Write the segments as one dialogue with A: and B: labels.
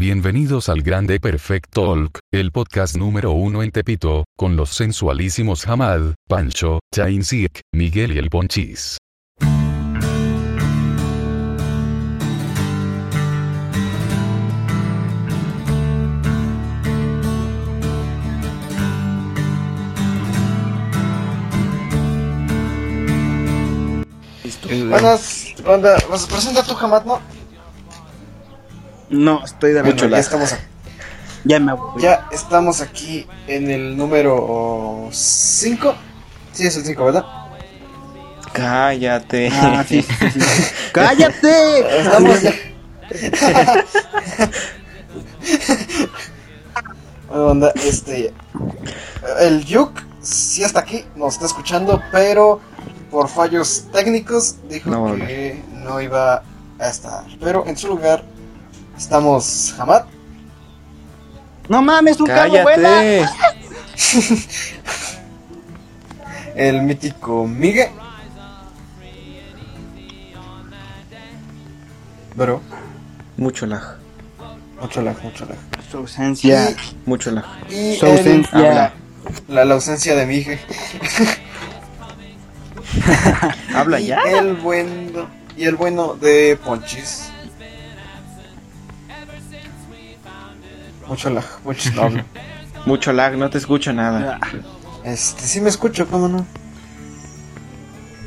A: Bienvenidos al Grande Perfect Talk, el podcast número uno en Tepito, con los sensualísimos Hamad, Pancho, Chainsic, Miguel y el Ponchis.
B: Eh,
C: Ah,
B: Buenas, onda, ¿nos presenta tú jamás, no?
C: No, estoy de
B: Bueno,
C: mucho
B: ya estamos, a-
C: Ya me aburrí.
B: ya estamos aquí en el número 5. Sí, es el 5, ¿verdad?
D: Cállate.
C: Ah, sí, sí, sí, sí. ¡Cállate!
B: Estamos ya. Bueno, onda, este. El Yuk sí está aquí, nos está escuchando, pero por fallos técnicos dijo
D: No va a
B: que no iba a estar. Pero en su lugar estamos Hamad.
C: No mames, un carro vuela.
D: Cállate.
B: el mítico Miguel. Bro,
D: Mucho lag.
B: mucho lag, mucho lag.
C: Su ausencia.
D: Mucho lag.
B: Y
C: Su
B: el-
C: ausencia.
D: habla.
B: la, la ausencia de Miguel.
D: Habla
B: y
D: ya.
B: El bueno, y el bueno de Ponchis. Mucho lag, mucho lag.
D: Mucho lag, no te escucho nada.
C: Ah,
B: Este, sí me escucho, cómo no.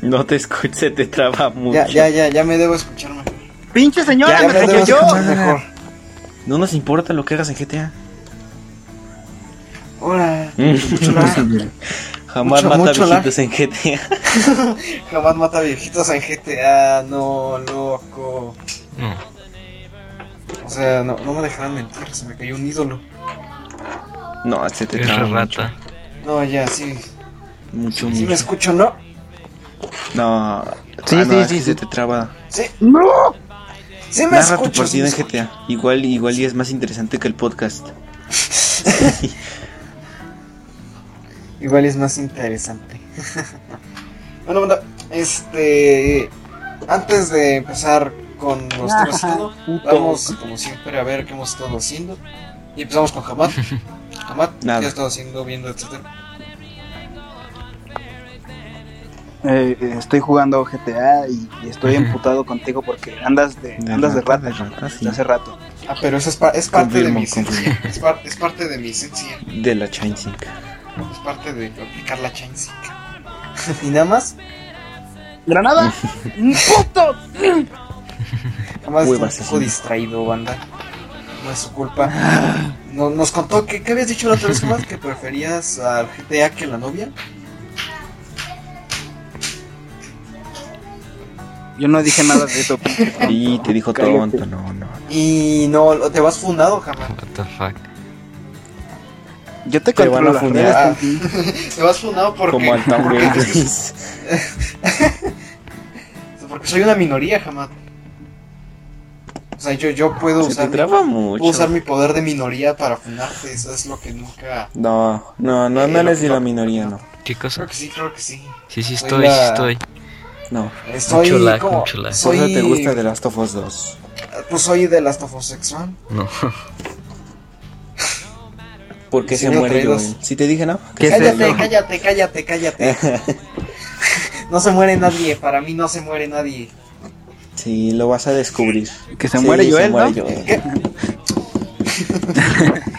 D: No te escucho, se te traba mucho.
B: Ya, ya, ya, ya me debo escucharme.
C: Pinche señora,
B: ya
C: me
B: debo
C: cayó.
B: escuchar mejor.
D: No nos importa lo que hagas en GTA.
B: Hola.
D: ¿Mm? Mucho
B: lag.
D: Jamás
B: Mucho,
D: mata
B: mucho lag.
D: viejitos en GTA.
B: Jamás mata viejitos en GTA, no, loco. O sea, no, no me dejarán mentir, se me cayó un ídolo.
D: No, se te
E: Es
D: traba mucho.
E: rata.
B: No, ya, sí.
D: Mucho,
B: Sí me
D: mucho.
B: escucho, ¿no?
D: No.
C: Sí,
D: Ah,
C: sí,
D: no, es
C: sí, sí.
D: que Se te traba.
B: Sí,
C: ¡No!
B: sí me
D: Narra tu
B: escucho. sí
D: partida
B: me
D: en GTA. Igual, igual y es más interesante que el podcast.
B: escucho. Igual es más interesante. bueno, banda, este. Antes de empezar con los temas y todo, vamos, como siempre, a ver qué hemos estado haciendo. Y empezamos con Hamad. Hamad, ¿qué
D: Nada.
B: has estado haciendo, viendo, etcétera?
C: Eh, eh, estoy jugando GTA y, y estoy
E: Ujú.
C: emputado contigo porque andas de, andas de
D: rata,
C: rata.
D: de rata, sí.
C: De hace rato.
B: Ah, pero eso es, pa- es parte de
D: Confirmo,
B: mi esencia. Es, par- es parte de mi esencia.
D: De la Chainsink.
B: Es parte de aplicar la chainsick. y nada más,
C: ¡Granada! ¡Puto!
B: nada más está
D: Hueva
B: un poco
D: asesina.
B: distraído, banda. No es su culpa. No- nos contó que ¿qué habías dicho la otra vez más que preferías al GTA que la novia.
C: Yo no dije nada de eso, pinche.
D: Y te dijo
C: Cállate.
D: tonto, no, no.
B: Y no, lo- te vas fundado, jamás.
E: What the fuck.
C: Yo te
D: Te van
C: controlo
D: a
C: las
D: funear.
C: reglas, Pinky.
B: Te vas fundado porque,
D: Como al Town
B: porque,
D: Gris.
B: porque soy una minoría, jamás. O sea, yo, yo puedo
D: Se te
B: usar, mi,
D: traba
B: puedo usar
D: mucho.
B: mi poder de minoría para fundarte. Eso es lo que nunca.
D: No, no, no, no eres de la minoría, no.
E: ¿Qué cosa?
B: Creo que sí, creo que sí.
E: Sí, sí
B: Soy
E: estoy, sí
B: la-
E: estoy.
D: No.
B: Eh, Soy
E: Mucho lag,
B: como-
E: mucho lag.
D: Por
B: soy-
D: eso te gusta The Last of Us 2.
B: Pues soy de las tofosexual.
E: No.
D: Porque
B: Sí,
D: se
B: no,
D: muere
B: traídos.
D: Joel. Si te dije, ¿no?
C: ¿Qué es
B: cállate,
C: eso?
B: cállate, cállate, cállate. No se muere nadie, para mí no se muere nadie.
D: Sí, lo vas a descubrir.
C: Que se
D: Sí,
C: muere Joel, ¿no?
D: Joel.
B: ¿Qué,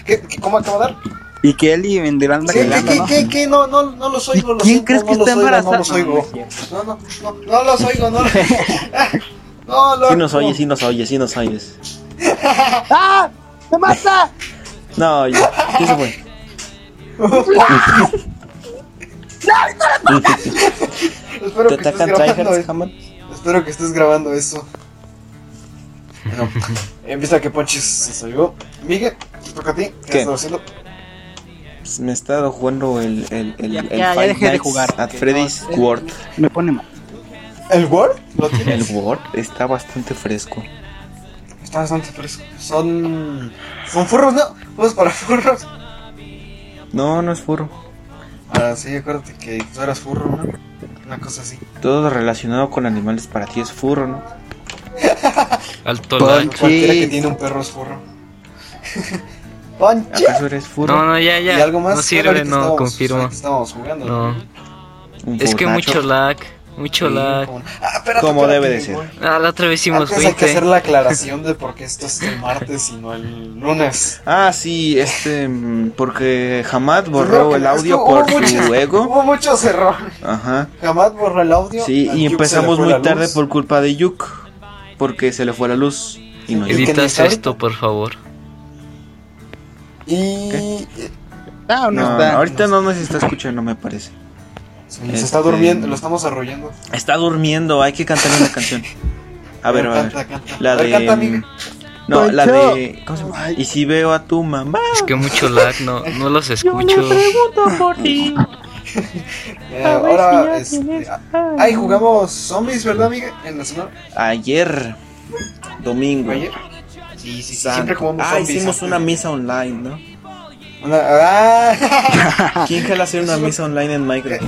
B: qué- cómo acabo de dar?
C: Y que Eli vendrá anda
B: Sí, ¿Qué,
C: cagando,
B: qué,
C: ¿no?
B: qué, qué? No, no, no los oigo, los
C: ¿Quién
B: oigo,
C: crees
B: no
C: que
B: los
C: está
B: oigo,
C: embarazada?
B: No los oigo. No, no, no, no los oigo, no los No, no,
D: Sí nos
B: no.
D: oyes, sí nos oyes, sí nos oyes.
C: ¡Ah! ¡Me mata!
D: No, ya. ¿Qué se fue?
B: Espero que
D: ¿Te
B: estés
D: atacan
B: grabando
D: tryhards,
B: eso.
D: Hammond?
B: Espero que estés grabando eso. Bueno, empieza que Ponchis se salió. Miguel, te toca a ti. ¿Qué,
D: ¿Qué?
B: estás haciendo?
D: Pues Me he estado jugando el, el, el,
C: Ya-
D: el
C: ya- ya
D: Five
C: dejé de
D: Nights
C: jugar,
D: At
C: porque
D: Freddy's
C: no-
D: World.
C: Me pone mal.
B: ¿El Word? ¿Lo tienes?
D: El World está bastante fresco.
B: Está bastante fresco. Son. Son furros, ¿no? Juegos para furros.
D: No, no es furro.
B: Ahora Ah, sí, acuérdate que tú eras furro, ¿no? Una cosa así.
D: Todo relacionado con animales para ti es furro, ¿no?
E: Alto
C: Pon-
E: lag.
C: Sí.
B: Cualquiera que tiene un perro es furro. Ponche.
D: ¿Acaso eres furro?
E: No, no, ya, ya.
B: ¿Y algo más?
E: No sirve,
B: Ahorita
E: no,
B: estábamos-
E: confirmo.
B: ahorita Estábamos jugando.
E: No. Es que mucho lag. Mucho
D: Sí,
E: lag.
B: Como- Ah, espérate,
D: Como
B: espérate,
D: debe de ser.
B: güey.
E: Ah, la otra vez hicimos
B: Antes pues hay que
E: 20.
B: hacer la aclaración de por qué esto es el martes y no el lunes.
D: Ah, sí, este, mm, porque Hamad
B: Creo
D: borró
B: que
D: el
B: no, es
D: audio
B: que
D: por
B: hubo muchos-
D: su ego.
B: Hubo muchos errores.
D: Ajá.
B: Jamás borró el audio.
D: Sí,
B: al Yuk se
D: y
B: le
D: empezamos
B: fue
D: muy
B: la
D: tarde
B: luz.
D: por culpa de Yuk, porque se le fue la luz y no
B: ¿Y qué
D: Yuk.
E: Editas
B: tal?
E: esto, por favor.
B: Y
C: Ah, no,
D: No,
C: está.
D: ahorita no nos está escuchando, me parece.
B: se
D: Este-
B: está durmiendo, lo estamos arrollando.
D: Está durmiendo, hay que cantarle una canción. A ver, a ver.
B: Canta, canta.
D: La
B: A ver,
D: de.
B: canta, amiga.
D: mm, No, la de. ¿Cómo se llama? Y si veo a tu mamá.
E: Es que mucho lag, no, no los escucho.
B: Eh, ahora, este, ah, ay, jugamos zombies, ¿verdad, amiga? En la semana
D: Ayer. Domingo.
B: ayer. Sí, sí, sí.
D: Santo.
B: Siempre jugamos
D: Ah,
B: zombies.
D: hicimos
B: antes
D: una
B: de-
D: misa online, ¿no?
B: Una- ah, Eh.
D: ¿Quién jala hacer una
B: Eso-
D: misa online en Minecraft?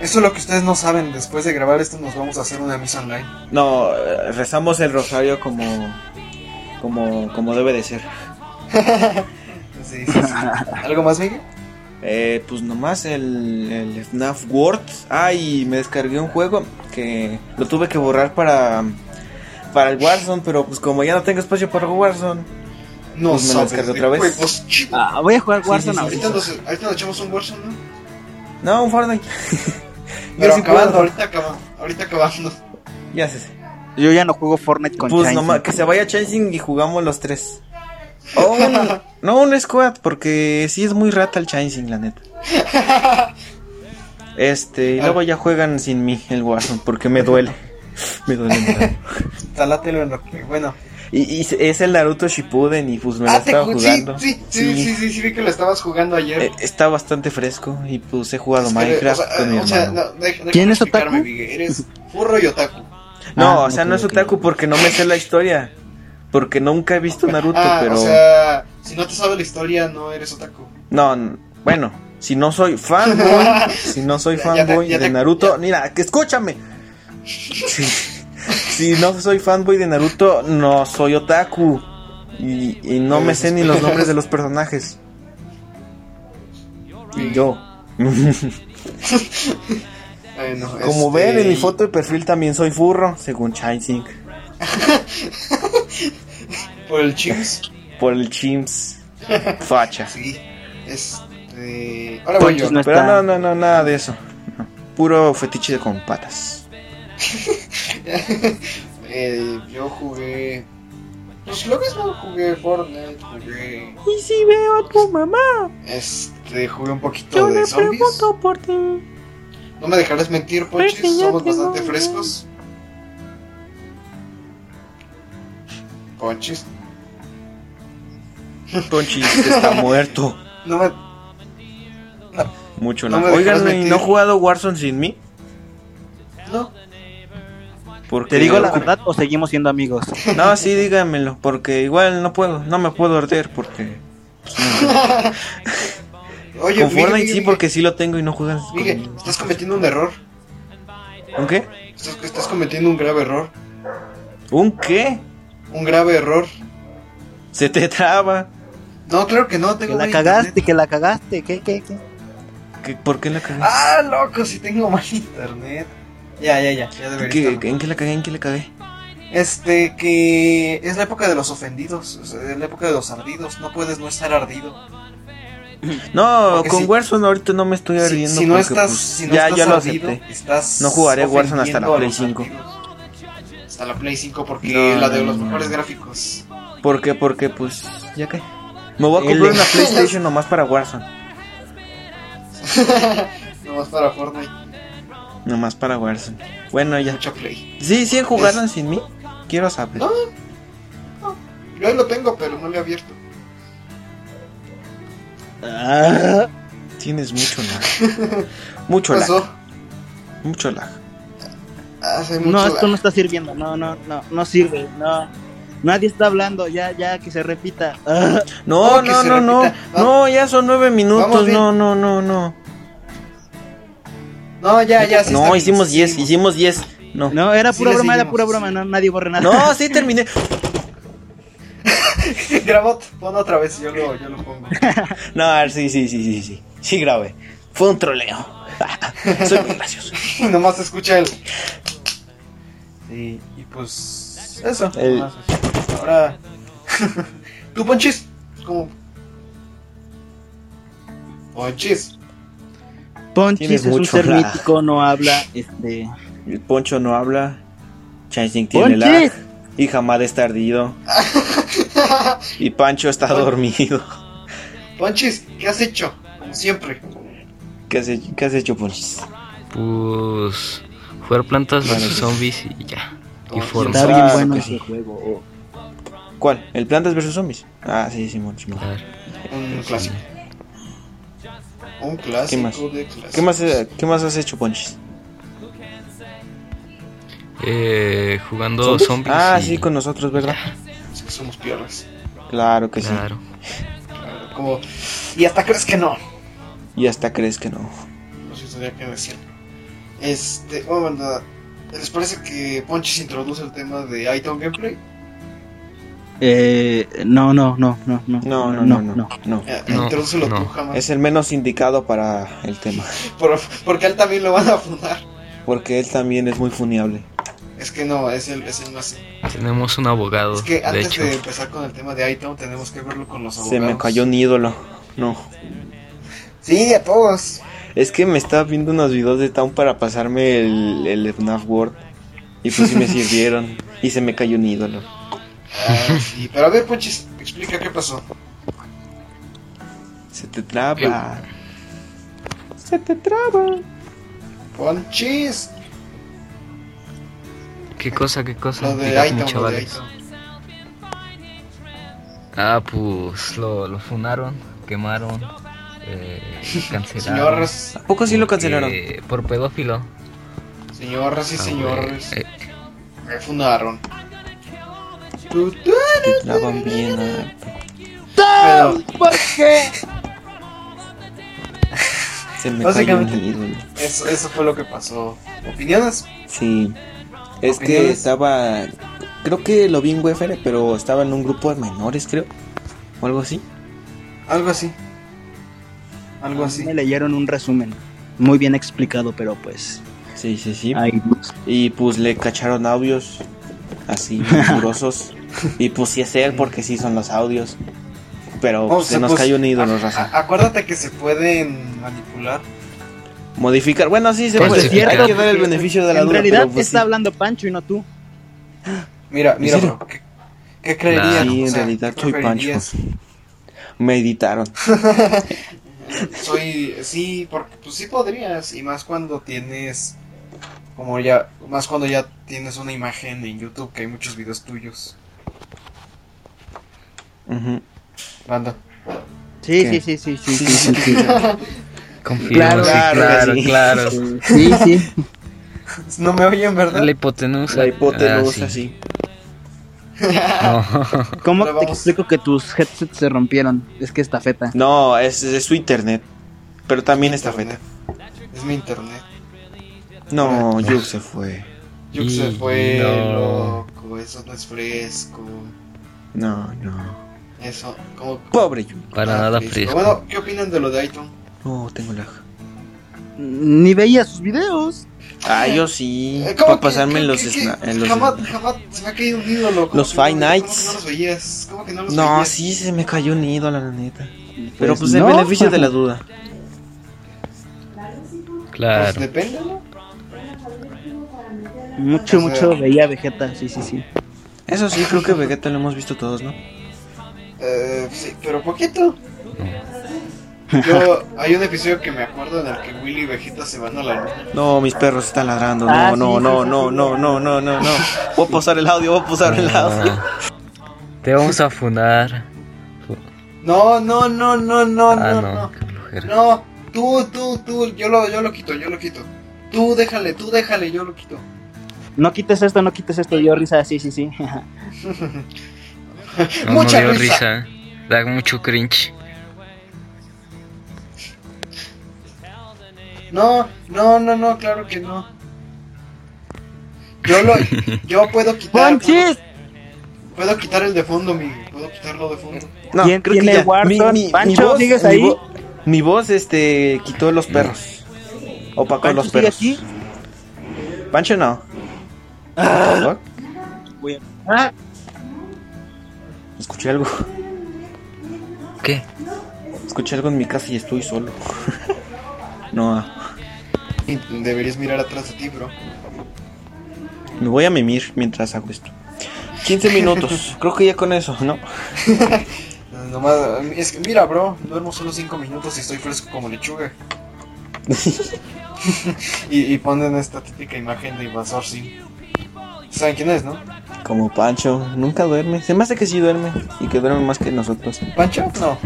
B: eso es lo que ustedes no saben. Después de grabar esto, nos vamos a hacer una misa online.
D: No, eh, rezamos el rosario como. Como, como debe de ser.
B: Sí, sí, sí. ¿Algo más, Miguel?
D: Eh, pues nomás el, el FNAF World. Ay, me descargué un juego que lo tuve que borrar para, para el Warzone, pero pues como ya no tengo espacio para Warzone.
B: No,
D: Pues me la descargué otra vez.
B: huevos.
C: Ah, voy a jugar Warzone
D: sí,
B: Ahorita
C: ahorita.
B: nos, ahorita nos echamos un Warzone, ¿no?
D: No, un Fortnite.
B: Pero
D: sí
B: acabando,
D: puedo.
B: ahorita acabando. Ahorita acabando.
D: Ya sé.
C: Yo ya no juego Fortnite con
D: Pues
C: Chainsaw.
D: nomás que se vaya Chancing y jugamos los tres. O un- no, un squad, porque sí es muy rata el Chancing, la neta. Este, y
B: Ah.
D: luego ya juegan sin mí el Warzone, porque me duele. Me duele. mucho.
B: Talátelo en lo que. Bueno.
D: Y, y es el Naruto Shippuden y pues me lo
B: ah, te
D: estaba
B: ju- sí,
D: jugando.
B: sí, sí, sí, sí, sí, vi que lo estabas jugando ayer.
D: Eh, está bastante fresco y pues he jugado
B: Es que,
D: Minecraft
B: o sea,
D: con mi
B: o sea,
D: hermano.
B: no, deja- déjame
C: ¿Quién es
B: explicarme,
C: otaku?
B: Miguel. Eres furro y otaku.
D: No,
C: Ah,
D: o sea,
C: ok,
D: no es
C: ok.
D: otaku porque no me sé la historia. Porque nunca he visto Naruto,
B: ah,
D: pero...
B: o sea, si no te sabes la historia, no eres otaku.
D: No, n- bueno, si no soy fanboy, si no soy
B: Ya- ya te-
D: fanboy
B: ya
D: de
B: te-
D: Naruto,
B: ya-
D: mira, que escúchame. Si, si no soy fanboy de Naruto, no soy otaku. Y, y no me sé ni los nombres de los personajes. Y yo.
B: Bueno,
D: Como
B: este,
D: ven en mi foto de perfil también soy furro, según Chainzing.
B: Por el chips.
D: Por el chimps. Facha.
B: Sí. Este. Ahora voy
C: Ponchos
B: yo.
C: no
D: Pero
C: está.
D: no, no, no, nada de eso. No. Puro fetiche con patas.
B: Eh, yo jugué. Pues lo mismo, jugué Fortnite, jugué.
F: Y si veo a tu mamá,
B: Este, jugué un poquito
F: yo
B: de
F: le
B: zombies.
F: pregunto por ti.
B: No me dejarás mentir, Ponchis,
F: Pues sí, ya
B: somos
F: tengo
B: bastante
F: una.
B: frescos. Ponchis,
D: Ponchis está muerto.
B: no me.
D: Mucho
B: No
D: la-
B: me dejas
D: Oigan, ¿y
B: mentir.
D: no he jugado Warzone sin mí?
B: No,
D: Porque...
C: ¿Te digo la verdad o seguimos siendo amigos?
D: No, sí, dígamelo, porque igual no puedo, no me puedo arder porque... pues, no.
B: oye,
D: con
B: Miguel,
D: Fortnite
B: Miguel,
D: sí, porque sí lo tengo y no juegan
B: Miguel,
D: conmigo.
B: estás cometiendo un error.
D: ¿Un qué?
B: Estás, estás cometiendo un grave error.
D: ¿Un qué?
B: Un grave error.
D: Se te traba.
B: No, claro que no, tengo
C: Que la
B: mal
C: cagaste,
B: internet.
C: que la cagaste. ¿Qué, qué, qué?
D: ¿Qué- ¿Por qué la cagué?
B: Ah, loco, si tengo mal internet. Ya, ya, ya, ya debería
D: ¿Qué-
B: estar.
D: ¿En qué la cagué? ¿En qué la cagué?
B: Este, que es la época de los ofendidos, o sea, es la época de los ardidos, no puedes no estar ardido.
D: No,
B: Porque
D: con
B: si-
D: Warzone ahorita no me estoy
B: Si,
D: ardiendo
B: si no
D: porque,
B: estás,
D: pues,
B: si no
D: ya,
B: estás
D: ya lo
B: ardido,
D: acepté.
B: estás
D: No jugaré Warzone hasta la
B: ofendiendo a
D: Play
B: los
D: 5.
B: ardidos. Hasta la Play 5 porque
D: No,
B: es la de
D: no,
B: los
D: no.
B: mejores gráficos.
D: ¿Por qué? Porque pues... ¿Ya qué? Me voy a
C: L.
D: comprar una PlayStation nomás para Warzone.
B: Nomás para Fortnite,
D: Nomás para Warzone. Bueno, ya.
B: mucha Play.
D: Sí, sí, jugaron sin mí. Quiero saber.
B: No, Yo ahí lo tengo, pero no lo he abierto.
D: Ah, Tienes mucho lag. Mucho
B: ¿Qué
D: lag.
B: pasó?
D: Mucho lag.
B: Hace mucho
C: No, esto
B: lag.
C: no está sirviendo. No, no, no, no sirve. No. Nadie está hablando. Ya, ya, que se repita. Ah,
D: No,
B: No, que
D: no,
B: se
D: no, no.
B: repita. Va-
D: No, ya son nueve
B: Vamos
D: minutos.
B: bien.
D: No, no, no, no.
B: No, ya, ya. sí
D: No,
B: está
D: hicimos
B: bien,
D: diez, hicimos diez. No.
C: no, era
B: Sí
C: pura
B: le
C: broma, era
B: seguimos,
C: pura broma.
B: sí.
C: No, nadie borre nada.
D: No, sí terminé.
B: Grabot, pon otra vez, yo lo, yo lo pongo.
D: No, a ver, sí, sí, sí, sí, sí. Sí, grave. Fue un troleo. Soy muy gracioso.
B: Y nomás se escucha el. Sí, y pues. Eso.
D: El-
B: nomás eso. Ahora. Tú, Ponchis. ¿Cómo? Ponchis.
C: Ponchis
D: Tienes
C: es un
D: mucho
C: ser
D: hablar.
C: mítico, no habla. Este.
D: El Poncho no habla. Chansing tiene
C: ¡Ponchis!
D: lag. Y jamás está ardido. Y Pancho está dormido.
B: Ponchis, ¿qué has hecho? Como siempre.
D: ¿Qué has hecho, qué has hecho Ponchis?
E: Pues. Jugar plantas
D: Bueno,
E: versus
D: sí.
E: zombies y ya. Y
B: Está
E: formas.
C: Está bien
D: Ah,
C: bueno
D: ok.
C: ese juego.
D: ¿Cuál? ¿El Plantas vs Zombies? Ah, sí, Simón, Simón.
E: A ver,
B: Un clásico. Un clásico
D: ¿Qué más?
B: de clásicos.
D: ¿Qué más, eh, ¿Qué más has hecho, Ponchis?
E: eh, jugando zombies.
D: Ah,
E: y-
D: sí, con nosotros, ¿verdad?
B: Es que somos piernas.
D: Claro que sí.
E: Claro.
B: Claro, como. Y hasta crees que no.
D: Y hasta crees que no.
B: No sé si tendría que decir. Este, bueno, banda, ¿les parece que Ponchis introduce el tema de iTown Gameplay?
C: Eh, no, no, no, no, no.
D: No, no, no, no. no,
B: Eh,
E: No,
B: introdúcelo tú,
E: no.
B: jamás.
D: Es el menos indicado para el tema.
B: Por- porque a él también lo van a fundar.
D: Porque él también es muy funeable.
B: Es que no, es el, es el más.
E: Tenemos un abogado.
B: Es que
E: de
B: antes
E: hecho.
B: de empezar con el tema de iTown, tenemos que verlo con los abogados.
D: Se me cayó un ídolo. No.
B: Sí, a todos.
D: Es que me estaba viendo unos videos de Town para pasarme el, el FNAF World. Y pues sí me sirvieron. Y se me cayó un ídolo.
B: Ah, sí, pero a ver, Ponchis, explica qué pasó.
D: Se te traba. Se te traba.
B: Ponchis,
E: ¿Qué cosa, qué cosa?
B: lo de
E: Diga
B: iTown,
E: como
B: lo de
E: chavales.
B: iTown.
E: Ah, pues lo, lo funaron, quemaron, eh, cancelaron.
B: Señoras,
D: ¿A poco sí lo cancelaron?
E: Eh, por pedófilo.
B: señoras y
E: Ah,
B: señores,
E: güey, eh,
B: me fundaron. Tu, tu,
D: Se te traban bien. ah.
B: pero-
D: Se me cayó un
B: Básicamente.
D: ídolo.
B: Eso, eso fue lo que pasó. ¿Opiniones?
D: Sí. Es que
B: ¿Opiniones?
D: estaba. Creo que lo vi en WFR, pero estaba en un grupo de menores, creo. O algo así.
B: Algo así. Algo
C: A mí
B: así.
C: Me leyeron un resumen. Muy bien explicado, pero pues.
D: Sí, sí, sí.
C: Ahí.
D: Y pues le cacharon audios así grosos. y pues sí es él porque sí son los audios. Pero
B: Oh,
D: pues, se
B: se
D: nos
B: pus-
D: cayó un ídolo,
B: A-
D: raza.
B: acuérdate que se pueden manipular.
D: Modificar, bueno, sí se
E: Pues
D: puede.
E: es cierto,
D: Hay que dar el
C: porque
D: beneficio de la
C: En
D: duda.
C: realidad
D: pero, pues,
C: está
D: sí.
C: hablando Pancho y no tú.
B: Mira,
D: ¿En
B: mira,
D: serio?
B: bro, ¿qué, qué creerías?
D: Sí,
B: O
D: en
B: sea,
D: realidad
B: ¿qué
D: soy
B: preferirías?
D: Pancho. Me editaron.
B: Soy, sí, porque pues sí podrías. Y más cuando tienes, como ya, más cuando ya tienes una imagen en YouTube que hay muchos videos tuyos.
D: Ujú.
B: Banda.
C: Sí,
D: ¿Qué?
C: sí, sí, sí, sí, sí, sí, sí.
E: Confirmo,
C: Claro,
E: sí,
D: claro,
E: claro,
D: sí.
E: claro.
C: Sí, sí.
B: No me oyen, ¿verdad?
E: La hipotenusa.
D: La hipotenusa,
E: Ah, sí.
D: sí.
E: No.
C: ¿Cómo
B: Ahora
C: te
B: vamos.
C: explico que tus headsets se rompieron? Es que esta feta.
D: No, es, es su internet. Pero también está feta.
B: Internet. Es mi internet.
D: No, Juk se fue.
B: Yo que se
E: Y-
B: fue,
E: no.
B: loco, eso no es fresco.
D: No, no.
B: Eso, como...
D: Pobre Juk.
E: Para
B: Ah,
E: nada
B: listo.
E: fresco.
B: Bueno, ¿qué opinan de lo de iTunes?
D: No, tengo lag.
C: Ni veía sus videos.
D: Ah, yo sí.
B: Eh, ¿cómo
D: Para
B: que-
D: pasarme
B: qué-
D: en los.
B: qué-
D: sna-
B: qué?
D: en los-
B: jamás, jamás se me ha caído un ídolo. ¿Cómo
D: Los
B: que no-
D: Five
B: cómo que
D: Nights.
B: no los veías? ¿Cómo que no los
D: No,
B: veías?
D: sí, se me cayó un ídolo, la neta. Pero pues el
C: no.
D: beneficio de la duda.
B: Pues
E: Claro.
B: depende, ¿no?
C: Mucho,
B: O sea-
C: mucho veía Vegeta, sí, sí, sí.
D: Eso sí, creo que Vegeta lo hemos visto todos, ¿no?
B: Eh, sí, pero poquito.
E: No.
B: Yo, hay un episodio que me acuerdo en el que Willy y Vegeta se van a la luna.
D: No, mis perros están ladrando. No,
C: Ah,
D: no,
C: sí,
D: no,
C: sí,
D: no,
C: sí.
D: no, no, no, no, no. Voy a pausar el audio, voy a pausar el audio.
E: Te vamos a funar.
B: No, no, no, no, no,
E: ah,
B: no,
E: no,
B: no.
E: qué flojera.
B: No, tú, tú, tú, yo lo, yo lo quito, yo lo quito. Tú déjale, tú déjale, yo lo quito.
C: No quites esto, no quites esto, yo risa, sí, sí, sí.
E: No, no
B: Mucha
E: dio
B: risa.
E: risa. Da mucho cringe.
B: No, no, no, no, claro que no. Yo lo, yo puedo quitar.
C: ¡Ponchis!
B: Puedo quitar el de fondo, mi. Puedo quitarlo de fondo.
D: No,
C: ¿Quién
D: creo que
C: tiene
D: ya.
C: Warzone? Pancho, ¿sigues ahí?
D: vo- mi voz, este, quitó los perros. Opacó
C: Pancho
D: los
C: sigue
D: perros.
C: aquí.
D: Pancho no.
C: Ah.
D: What the fuck?
C: Voy a-
D: Escuché algo.
E: ¿Qué?
D: Escuché algo en mi casa y estoy solo. no, ah,
B: Y deberías mirar atrás de ti, bro.
D: me voy a mimir mientras hago esto. 15 minutos. creo que ya con eso, ¿no?
B: Nomás, es que mira, bro, duermo solo 5 minutos y estoy fresco como lechuga. y, y ponen esta típica imagen de Invasor Sim. ¿Saben quién es, no?
D: Como Pancho, nunca duerme. Se me hace que sí duerme y que duerme más que nosotros.
B: ¿Pancho? No.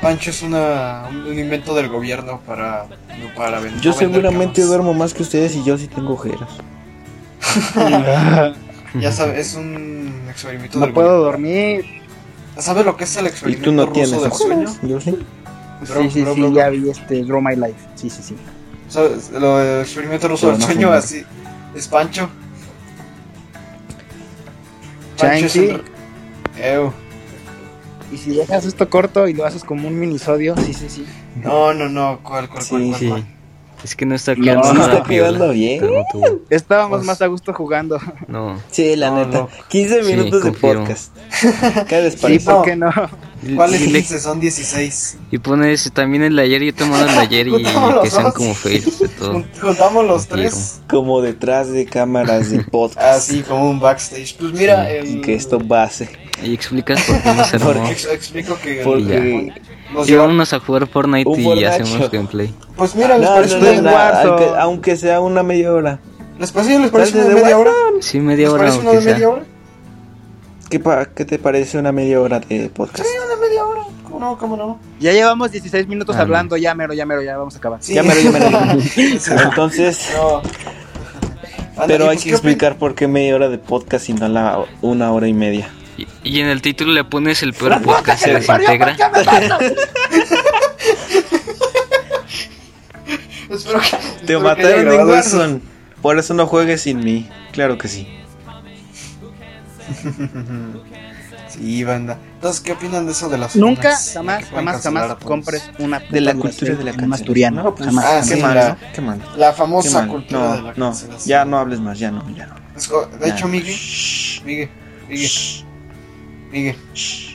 B: Pancho es una, un un invento del gobierno para, para vender.
D: Yo
B: no vender
D: seguramente
B: camas.
D: duermo más que ustedes y yo sí tengo ojeras.
B: Ya sabes, es un experimento
C: No
B: del
C: puedo dormir.
B: gobierno. ¿Sabes lo que es el
D: Y
B: experimento
D: tú no
B: ruso
D: tienes
B: del sueño?
D: ojeras. Yo sí.
B: Bro,
C: sí, sí,
B: bro,
C: sí,
B: bro,
C: ya vi este Grow My Life. Sí, sí, sí.
B: ¿Sabes? Lo del experimento ruso
D: Pero
B: del
D: no
B: sueño,
D: fumar.
B: así. Es Pancho.
C: Chanchi.
B: es el- Ew.
C: Y si dejas esto corto y lo haces como un minisodio, sí, sí, sí.
B: No, no, no. ¿Cuál, cuál, cuál?
D: Sí,
B: cuál,
D: sí.
B: cuál?
E: Es que Ah, no está quedando
C: no
E: nada
D: está quedando
E: piola.
D: bien.
E: Pero tú,
C: Estábamos
B: Pues-
C: más a gusto jugando.
E: No.
D: Sí, la
B: No,
D: neta.
B: loco.
D: 15
E: Sí,
D: minutos de
E: confirmo.
D: podcast. Cada
C: Sí,
D: despacio.
B: no.
C: ¿por qué no?
B: ¿Cuál es
E: Y, le-
B: 15? Son 16.
E: y pones también el de ayer, yo tomando el de ayer y
B: Juntamos los
E: que sean
B: dos.
E: como fails de
D: Oh.
E: todo.
B: Jun- Juntamos los
E: Tiro.
B: tres.
D: Como detrás de cámaras de podcast.
B: Así como un backstage. Pues mira,
E: Sí,
B: el.
D: Y que esto base.
E: Y explicas por qué no se
D: Porque
E: armó.
B: Ex- explico que.
D: Porque.
B: Nos
E: Y
B: llevamos-
E: vámonos a jugar Fortnite
D: Un
E: y
D: Fortnite.
E: hacemos gameplay.
B: Pues mira, les
D: No,
B: parece
D: no,
B: una-
D: no,
C: en
D: no,
C: Warzone.
D: aunque, aunque sea una media hora.
B: ¿Les parece, les
D: Tal
B: parece
D: vez
B: una
D: de
B: media hora?
E: Sí,
B: ¿Les
E: media
D: pues
E: hora
B: parece una
E: aunque
B: de
E: sea.
B: media hora?
D: ¿Qué, pa- qué te parece una media hora de podcast?
B: Una media hora. ¿Cómo no? ¿Cómo no?
C: Ya llevamos 16 minutos
E: Ah, no.
C: hablando, ya mero, ya mero, ya vamos a acabar.
B: Sí.
D: Ya me lo, ya me lo. Entonces,
B: No. Anda,
D: pero
B: ¿y pues qué opinas?
D: hay que explicar por qué media hora de podcast y no la una hora y media.
E: Y, y en el título le pones el peor podcast, se desintegra.
B: Espero que.
D: Te
B: espero que haya
D: mataron en
B: grabado eso.
D: Warzone. Por eso no juegues sin mí. Claro que sí.
B: Sí, banda. Entonces, ¿qué opinan de eso de las
C: Nunca,
B: zonas?
C: jamás,
B: Que pueden
C: jamás,
B: cancelar pues.
C: jamás
B: a todos.
C: compres una puta
D: De la
C: almacén
D: cultura de la
C: en
D: cancelación.
C: Asturiano,
D: No, pues,
C: jamás.
B: ah,
D: qué
B: sí,
D: mal,
B: la-
D: ¿no? Qué mal.
B: La
D: Qué
B: famosa
D: mal.
B: cultura
D: No,
B: de la
D: no,
B: cancelación.
D: ya no hables más, ya no, ya no.
B: Es co- De
D: Ya.
B: hecho, Miguel,
D: Shh,
B: Miguel, Miguel,
D: shh,
B: Miguel,
D: shh.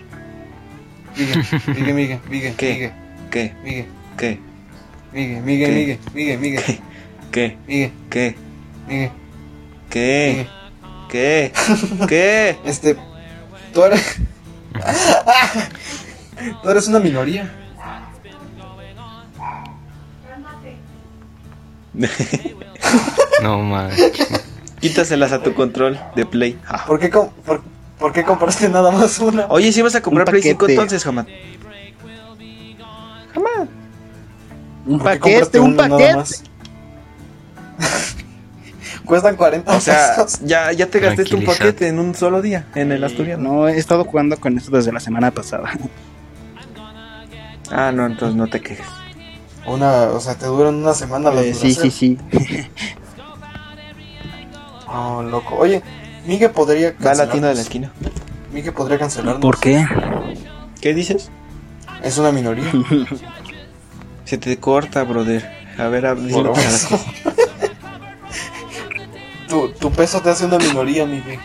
B: Miguel, Miguel, Miguel, Miguel,
D: ¿Qué?
B: Miguel,
D: ¿Qué?
B: Miguel,
D: ¿Qué?
B: Miguel, Miguel,
D: ¿Qué?
B: Miguel, Miguel, Miguel,
D: ¿Qué? ¿Qué?
B: Miguel, Miguel,
D: ¿Qué? ¿Qué?
B: Miguel.
D: ¿Qué? ¿Qué?
B: Este, tú eres... tú eres una minoría.
E: No man.
D: Quítaselas a tu control de Play. Ah.
B: ¿Por qué, com- por, por qué compraste nada más una?
D: Oye, si vas a comprar
C: Un
D: Play 5
C: paquete.
D: entonces, jamás.
C: Un
B: ¿Por qué
C: paquete,
B: compraste
C: un
B: una nada
C: paquete.
B: más? Cuestan 40
D: O sea,
B: pesos.
D: ya, ya te gastaste un
E: Tranquilízate.
D: paquete en un solo día en el Asturiano.
C: No, he estado jugando con esto desde la semana pasada.
D: Ah, no, entonces no te quejes.
B: Una, o sea, te duran una semana las
C: Eh, sí, sí,
B: Duracell.
C: sí.
B: No, Ah, loco. Oye, Miguel podría
D: Va a
B: cancelar.
D: la tienda de la esquina.
B: Miguel podría cancelarnos.
C: ¿Por qué?
D: ¿Qué dices?
B: Es una minoría.
D: Se te corta, brother. A ver, a, dime
B: Por
D: otra vez.
B: eso. tu, tu peso te hace una minoría, Miguel.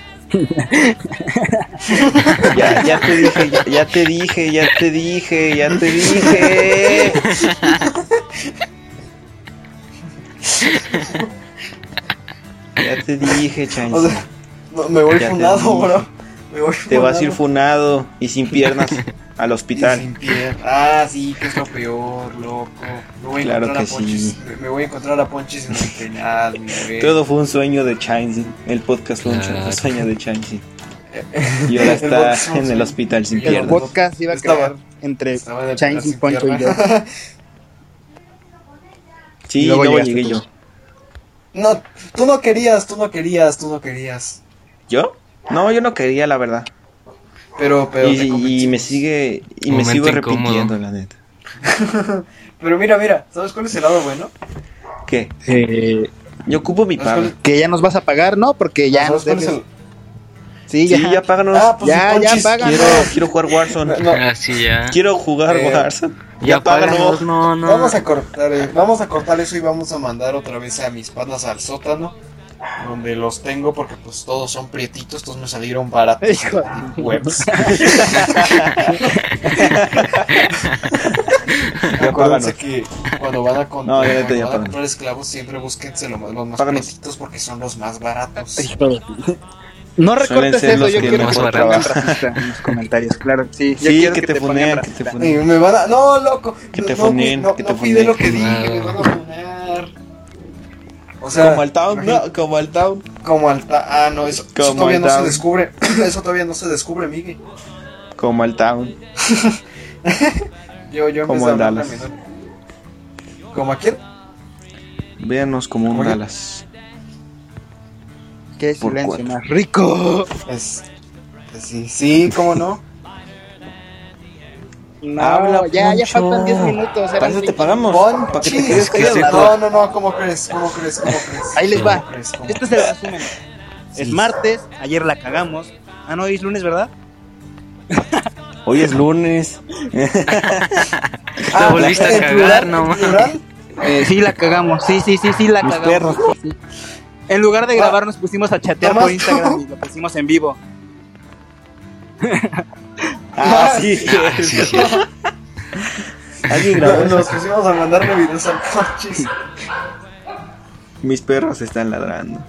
D: Ya, ya te dije, ya, ya te dije, ya te dije, ya te dije. Ya te dije, Chance.
B: O sea, no, me voy
D: Ya te
B: funado,
D: dije.
B: bro. Me voy funado.
D: Te vas a ir funado y sin piernas al
B: Y
D: hospital.
B: sin pie. Ah, sí, que es lo peor, loco. Me voy a
D: Claro
B: encontrar a
D: que sí.
B: Ponchis. Me, me voy a encontrar a Ponchis en el penal, Miguel.
D: Todo fue un sueño de Chansey. El podcast fue un
E: Claro.
D: un sueño de Chansey. Y ahora
B: El
D: está
B: podcast fue un
D: en el
B: sueño.
D: hospital sin
B: Y el
C: El
D: piernas.
C: podcast iba a
B: Estaba-
C: quedar entre
B: Estaba en el
C: Chains y
B: penal
C: Poncho
B: sin
C: y yo.
B: pierna.
D: Sí,
C: Y
D: y
C: luego
D: luego,
C: llegaste
D: llegué yo.
C: tú.
B: No, tú no querías, tú no querías, tú no querías.
D: ¿Yo? No, yo no quería, la verdad.
B: Pero, pero. te
D: Y, y me
B: convencimos.
D: sigue, y me
E: Momento
D: sigo
E: incómodo.
D: repitiendo, la neta.
B: Pero mira, mira, ¿sabes cuál es el lado bueno?
D: ¿Qué?
C: Eh,
D: Yo ocupo mi
B: ¿Sabes cuál
D: pago.
B: es-
D: Ah,
C: que ya nos vas a pagar, ¿no? Porque ya
B: ¿Sabes
C: nos
B: cuál es
C: debes.
B: el-
C: Sí,
D: Sí,
C: ya.
D: ya páganos.
B: Ah, pues,
C: Ya, ya,
B: Ponchis,
C: páganos.
D: quiero, quiero jugar Warzone.
B: No,
E: Ah, sí, ya.
D: Quiero jugar
B: Eh,
D: Warzone.
E: ya
D: Ya páganos.
E: páganos, no, no.
B: Vamos a cortar, eh, vamos a cortar eso y vamos a mandar otra vez a mis patas al sótano, donde los tengo porque pues todos son prietitos, todos me salieron baratos.
C: Hijo de-
B: Huevos. Acuérdense
D: páganos.
B: que cuando van a, con-
D: No, ya, ya, ya,
B: cuando van a
D: páganos.
B: comprar esclavos siempre búsquense lo más- los más
D: Páganos.
B: prietitos porque son los más baratos.
C: Hijo de- No
D: Suelen
C: recortes
D: ser
C: eso,
D: los
C: yo
D: que
C: quiero que
E: mejor
C: te pongan
E: trabajan.
C: racista en los comentarios, claro. Sí, yo
D: Sí,
C: quiero
D: que te
C: pongan
D: funen, que te
C: racista.
B: Y
D: funen.
B: me van a... No, loco.
D: Que te
B: no, güey,
D: funen,
B: no,
D: que
B: no
D: te
B: pide
D: funen.
B: lo que dije,
E: No.
B: me van a funar. O sea,
D: Como al town, no, como al town.
B: Como al ta- Ah, no, eso, eso
D: Como
B: todavía
D: al
B: no se
D: down.
B: descubre. eso todavía no se descubre, Miguel.
D: Como al town.
B: Yo, yo en
D: Como
B: vez
D: al
B: de hablar,
D: Dallas.
B: también- ¿Como a quién?
D: Véanos como un
B: Oye.
D: Dallas.
C: Qué
D: Por
C: silencio
D: cuatro.
C: más rico.
B: Es, es- Pues sí, sí, cómo no.
C: No,
D: Habla,
C: ya, ya
D: Poncho.
C: faltan 10 minutos. eran
D: Para eso te
C: cinco.
D: pagamos. Para que te
B: Ponchis,
D: quedes
E: que se
D: callado.
B: No, no, no, ¿cómo crees? ¿Cómo crees? ¿Cómo crees?
C: Ahí les
B: ¿Cómo
C: va.
B: crees? ¿Cómo
C: Este es
B: crees?
C: el resumen. Es martes, ayer la cagamos. Ah, no, hoy es lunes, ¿verdad?
D: Hoy es lunes.
E: Te volviste a
B: ¿en
E: cagar,
B: plural?
E: no
B: ¿En
E: mames.
B: plural?
C: Eh, sí, la cagamos. Sí, sí, sí, sí, la
D: Mis
C: cagamos.
D: perros.
C: Sí. En lugar de
B: Ah.
C: grabar, nos pusimos a chatear
B: Nomás
C: por Instagram y lo pusimos en vivo.
D: Ah, sí.
E: Sí, sí.
D: Alguien grabó
B: No,
D: eso.
B: Nos pusimos a mandarle videos al Ponchis.
D: Mis perros están ladrando.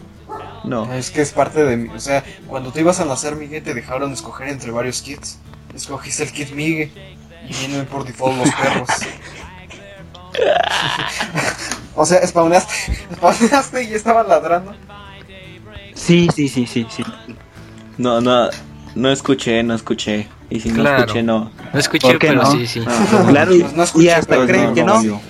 D: No.
B: Es que es parte de mí. O sea, cuando te ibas a nacer, Miguel, te dejaron escoger entre varios kits. Escogiste el kit Miguel. Y vienen por default los perros. o sea, spawneaste, spawneaste y estaban ladrando.
C: Sí, sí, sí, sí, sí.
D: No, no. No escuché, no escuché. Y si no
E: Claro.
D: escuché, no.
E: No escuché,
C: ¿Por qué
E: pero
C: no?
E: sí, sí.
D: Ah,
C: Claro, y,
B: Pues no
C: y
B: escuché,
C: hasta
B: pero
C: creen
B: no,
C: que no.
D: No,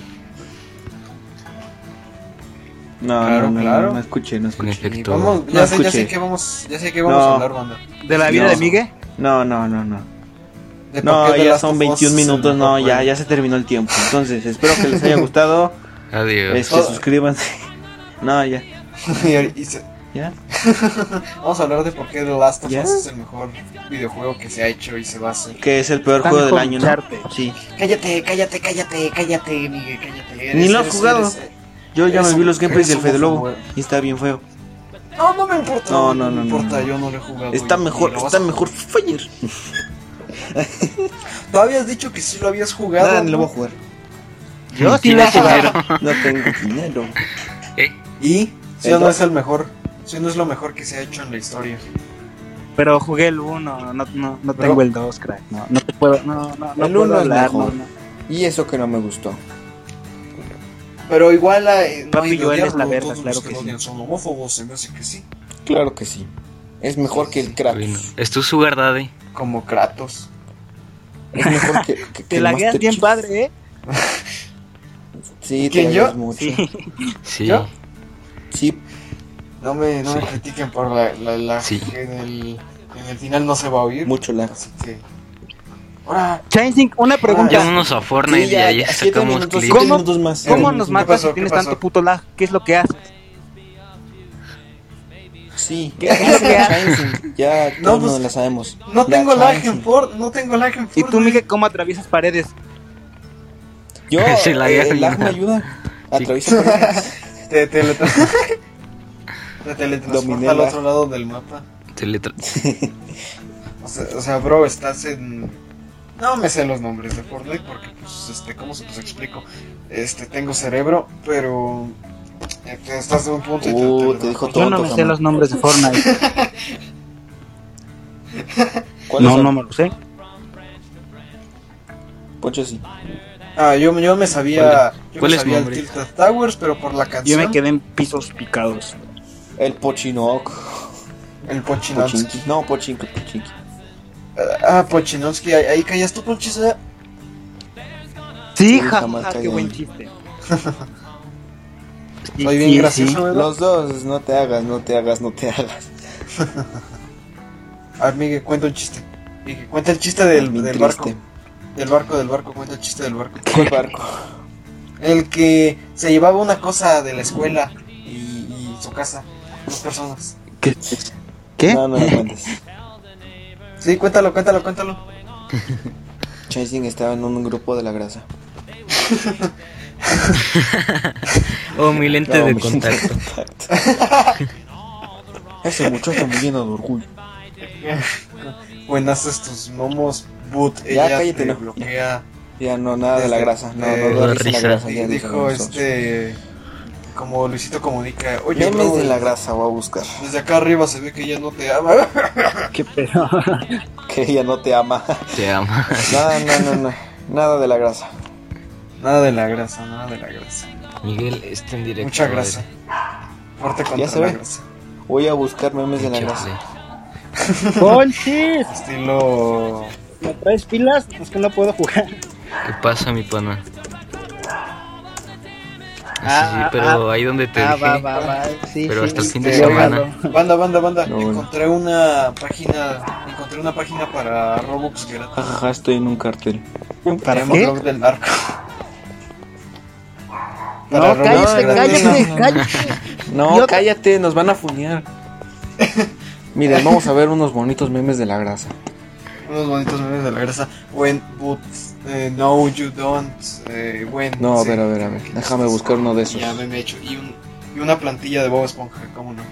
D: no,
B: Claro,
D: no, no,
B: claro.
D: no escuché, no
E: En
D: escuché.
B: Y
E: efecto.
B: vamos,
D: No
B: ya, sé, ya
D: escuché.
B: sé que vamos, ya sé que vamos
D: No.
B: a hablar, banda.
C: ¿De la vida
D: No.
C: de Miguel?
D: No, no, no, no.
B: De por
D: No,
B: qué The
D: ya
B: Last of
D: son
B: Us
D: 21
B: es el
D: minutos, no,
B: mejor
D: ya,
B: juego.
D: ya se terminó el tiempo. Entonces, espero que les haya gustado.
E: Adiós.
B: Oh.
D: Este, suscríbanse. No, ya,
B: Y- y se-
D: ya.
B: vamos a hablar de por qué The Last of
D: Ya.
B: Us es el mejor videojuego que se ha hecho y se va a hacer.
D: Que es el peor
C: Tan
D: juego del
C: con
D: año, ¿no?
C: charte.
D: Sí.
B: Cállate, cállate, cállate, cállate, Miguel, cállate.
D: Ni lo has jugado. Yo ya
B: Eres
D: me vi
B: un-
D: los gameplays
B: eres
D: del Fede
B: un
D: Lobo
B: homofóbico.
D: y está bien feo.
B: No, no me importa.
D: No,
B: güey,
D: no, no,
B: me
D: no,
B: importa,
D: no.
B: yo no lo he jugado.
D: Está
B: y- y
D: mejor,
B: lo vas
D: está
B: a-
D: mejor Fire.
B: Tú habías dicho que sí lo habías jugado.
D: Nada, ni
B: ¿no?
D: lo voy a jugar.
C: Yo sí
E: Tienes
C: la jugué.
D: No tengo dinero.
E: ¿Eh?
B: Y si no
D: Entonces-
B: es el mejor. Si no es lo mejor que se ha hecho en la historia.
C: Pero jugué el 1, no, no, no tengo el 2, crack. No, no te puedo, no, no, no
D: El
C: puedo
D: uno es
C: hablar,
D: mejor.
C: no, no.
D: Y eso que no me gustó.
B: Pero igual eh, no
C: Papi
B: hay de
C: Joel es
B: odiarlo,
C: la verga,
B: todos los
C: claro que
B: lo
C: sí.
B: odian Son homófobos, se me hace que sí.
D: Claro que sí. Es mejor que el crack.
E: Bueno, es tu sugar daddy.
B: Como Kratos.
D: Es mejor que, que,
C: Te lagueas bien padre, ¿eh?
D: Sí,
B: ¿Quién, yo? lagueas
D: mucho.
C: Sí.
E: Sí.
B: ¿Yo?
D: Sí,
B: No me, no me
E: Sí.
B: critiquen por la. la, la-
E: Sí.
B: En, el, en el final no se va a oír.
D: mucho lag.
B: Así que. Ahora.
C: Chainsink, una pregunta.
E: Llámonos a Fortnite
D: Sí,
E: y
D: ya,
E: ahí
D: ya, siete
E: sacamos
D: minutos,
E: clip.
D: siete
C: ¿Cómo?
D: minutos más.
C: ¿Cómo
B: ¿Qué
C: nos matas
B: pasó?
C: si tienes
B: ¿Qué pasó?
C: tanto puto lag? ¿Qué es lo que haces?
D: Sí, ¿qué es
C: que
D: Ya todos
B: No,
D: no,
B: pues,
D: la sabemos.
B: No
D: La
B: tengo lag en
D: Chainsaw.
B: Ford. No tengo lag en Ford.
C: Y tú, Miguel, ¿cómo atraviesas paredes?
D: Yo,
E: Se la
D: eh,
E: guía.
D: el lag me ayuda.
E: Sí.
D: Atraviesa paredes.
B: Te, teletra- te teletransporta
D: Dominé
B: al
D: la-
B: otro lado del mapa.
E: Teletra-
B: O sea, o sea, bro, estás en... No me sé los nombres de Fortnite porque, pues, este, ¿cómo se los explico? Este, tengo cerebro, pero... eh, Estás de un punto y
D: Uh,
B: te-
D: te dijo
B: te-
C: Yo no me sé
D: Tonto, jamás.
C: los nombres de Fortnite.
D: ¿Cuáles
C: No,
D: son?
C: no me lo sé.
D: Poncho sí.
B: Ah, yo, yo me sabía... Yo me
E: ¿Cuál es
B: sabía el
E: nombre?
B: Tilted Towers, pero por la
C: Yo
B: canción...
C: me quedé en pisos picados.
D: El Pochinoc.
B: El Pochinansky.
D: Pochinki. No, Pochinki, Pochinki.
B: Ah, Pochinansky, ahí, ahí caías tú, Ponchis. ¿eh?
C: Sí,
D: Sí,
C: jaja,
D: jamás
C: qué
D: caí
C: buen
D: ahí.
C: chiste.
B: Soy bien
C: Sí,
B: gracioso,
C: sí.
B: ¿verdad?
D: Los dos, no te hagas, no te hagas, no te hagas.
B: A ver, Miguel, cuenta un chiste. Miguel, cuenta el chiste del,
D: Bien
B: del barco.
D: triste.
B: Del barco, del barco, cuenta el chiste del barco.
D: ¿Cuál barco?
B: El que se llevaba una cosa de la escuela y, y su casa. Dos personas.
C: ¿Qué?
D: No, no lo cuentes.
B: Sí, cuéntalo, cuéntalo, cuéntalo.
D: Chasing estaba en un grupo de la grasa.
E: O Oh, mi lente
D: No,
E: de
D: mi-
E: contacto.
D: Ese muchacho me llena de orgullo.
B: Bueno, haces tus momos boot.
D: Ya,
B: ella
D: cállate,
B: te
D: no.
B: bloquea.
D: Ya no, nada de la grasa. No,
B: Eh,
D: no, no, risa la
E: risa.
D: grasa.
B: Y
D: Ya
B: dijo
D: dije, no,
B: este. Como Luisito comunica. Oye,
D: Memes
B: bro,
D: de la grasa voy a buscar.
B: Desde acá arriba se ve que ella no te ama.
C: Qué pedo.
D: Que ella no te ama.
E: Te amo.
D: Nada, no, no, no. Nada de la grasa.
B: Nada de la grasa, nada de la grasa.
E: Miguel está en directo.
B: Mucha grasa. Fuerte
D: Ya
B: contra
D: se
B: la
D: ve.
B: grasa.
D: Voy a buscar memes de la
E: Chale.
D: grasa.
C: Ponchis,
B: Estilo.
C: ¿me traes pilas? Es que no puedo jugar.
E: ¿Qué pasa, mi pana? Ah, sí,
C: Ah,
E: sí, pero ahí donde te
C: Ah,
E: dije.
C: va, va, va. Sí,
E: Pero
C: sí.
E: hasta el fin
B: de
C: Yo
E: semana.
C: gano.
B: Banda, banda, banda.
D: No, bueno.
B: encontré una página. Encontré una página para Robux gratis.
D: Jajaja, estoy en un cartel.
B: Para
C: qué?
B: blog del narco.
C: No, cállate,
D: no, no,
C: cállate,
D: no, no.
C: cállate.
D: No,
C: Yo-
D: cállate, nos van a funear. Miren, vamos a ver unos bonitos memes de la grasa.
B: Unos bonitos memes de la grasa. When, but, eh, no, you don't. eh, when.
D: No, a
B: sí.
D: ver, a ver, a ver. Déjame buscar uno de esos.
B: Ya me he hecho. Y, un- y una plantilla de Bob Esponja, ¿cómo no?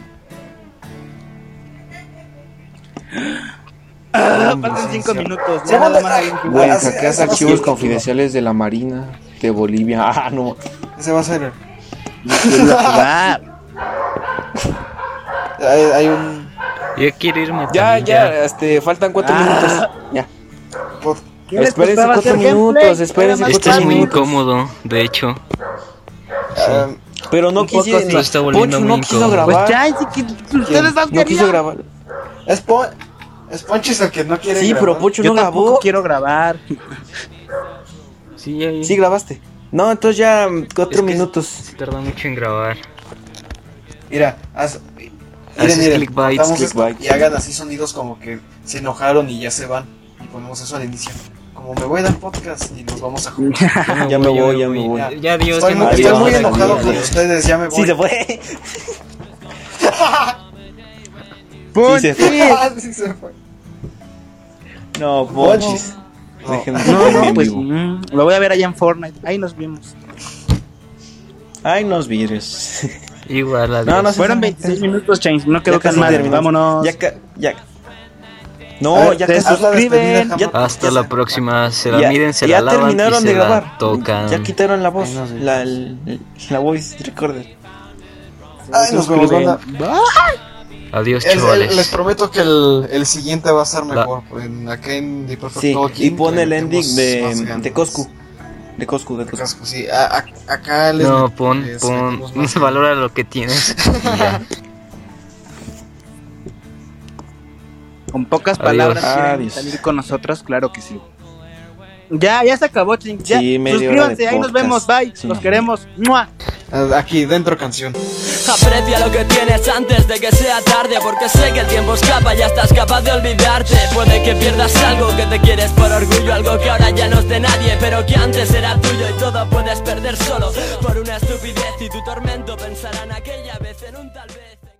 C: Ah, Faltan cinco minutos. Ya nada más hay un juego.
D: Güey,
B: Ah, sí,
D: hackeas
B: sí, sí,
D: archivos
B: sí.
D: confidenciales de la Marina de Bolivia. Ah, no.
B: Ese va a ser. eh,
C: Ah,
B: Hay, hay un
E: Yo quiero irme.
D: Ya,
E: también,
D: ya, este, faltan cuatro
C: Ah.
D: minutos. Ya.
B: pod-
C: ¿Qué les
D: Espérense
C: costaba
D: cuatro
C: hacer
D: minutos,
C: gameplay?
D: espérense
C: Era más
E: Esto es
C: fácil.
E: muy incómodo, de hecho.
B: ah,
D: Pero no
C: Un poco
D: quise.
C: sí.
E: Lo Pues está volviendo
D: Poncho no
E: muy
D: quiso
E: incómodo.
C: Pues
D: grabar.
C: ya, sí que ustedes han
D: No quiso
C: querido.
D: grabar.
B: es, po es Ponchis el que no quiere.
D: Sí,
B: grabar.
D: pero Poncho
C: Yo
D: no
C: tampoco
D: grabó.
C: quiero grabar.
E: Sí, ya, ya.
D: Sí, grabaste. No, entonces ya mm,
E: Es
D: cuatro
E: que
D: minutos.
E: Se tarda mucho en grabar.
B: Mira, haz.
E: Haces
B: Miren, miren,
E: clickbaits,
B: cortamos esto
D: clickbaits.
B: y hagan así sonidos como que se enojaron y ya se van. Y ponemos eso al inicio. Como me voy a dar podcast y nos vamos a jugar.
D: Ya me voy, ya me voy.
E: Ya, ya Dios,
B: estoy
E: ya
B: muy,
E: me
B: estoy
E: dio.
B: muy
D: adiós,
B: enojado con
D: adiós.
B: ustedes, ya me voy.
D: Sí, se fue.
C: Ponchis.
B: Sí se fue.
D: No,
B: Ponchis.
D: Ponchis.
B: No.
D: Déjenme
C: No,
D: en
C: no,
D: vivo.
C: pues mm, lo voy a ver allá en Fortnite. Ahí nos vimos.
D: Ay, nos vires.
E: Igual, adiós.
D: No, no,
C: Fueron
D: sí, sí.
C: 26 minutos, Change. No
D: Ya
C: quedó tan
D: casi
C: mal.
D: terminó.
C: Vámonos.
D: Ya, ca- ya.
B: A
D: No,
B: ver,
D: ya
B: te
D: casi.
B: haz la despedida,
C: suscriben.
B: jamás.
C: Ya-
E: Hasta la próxima. Se la
D: Ya,
E: miden, se
D: ya
E: la lavan
D: terminaron
E: y se
D: de
E: la
D: grabar.
E: tocan.
D: Ya quitaron la voz,
B: Ahí nos vemos.
D: la, el- la voice recorder.
B: Ay, nos vemos,
C: Suscriben.
B: banda.
E: Adiós,
B: El- el-
E: Pues, chavales.
B: les prometo que el, el siguiente va a ser mejor. En, acá en The Perfect
D: Sí,
B: Talking,
D: y pone el
B: le metemos
D: ending
B: más
D: de,
B: ganas.
D: de Coscu. De Coscu, de
B: De
D: Coscu.
B: Coscu, sí. A- a- acá les
E: No,
B: met-
E: pon,
B: les
E: pon,
B: metemos más ganas.
E: valora lo que tienes. y ya.
C: Con pocas
E: Adiós.
C: palabras quieren
D: Adiós.
C: salir con nosotros, claro que sí. Ya, ya se acabó, Change. Ya.
D: Sí, media hora
C: Suscríbanse,
D: de
C: ahí nos
D: podcast.
C: vemos. Bye.
D: Sí.
C: Los queremos. ¡Mua!
B: Ah, Aquí, dentro canción.
G: Aprecia lo que tienes antes de que sea tarde Porque sé que el tiempo escapa y ya estás capaz de olvidarte Puede que pierdas algo que te quieres por orgullo Algo que ahora ya no es de nadie pero que antes era tuyo Y todo puedes perder solo por una estupidez Y tu tormento pensarán aquella vez en un tal vez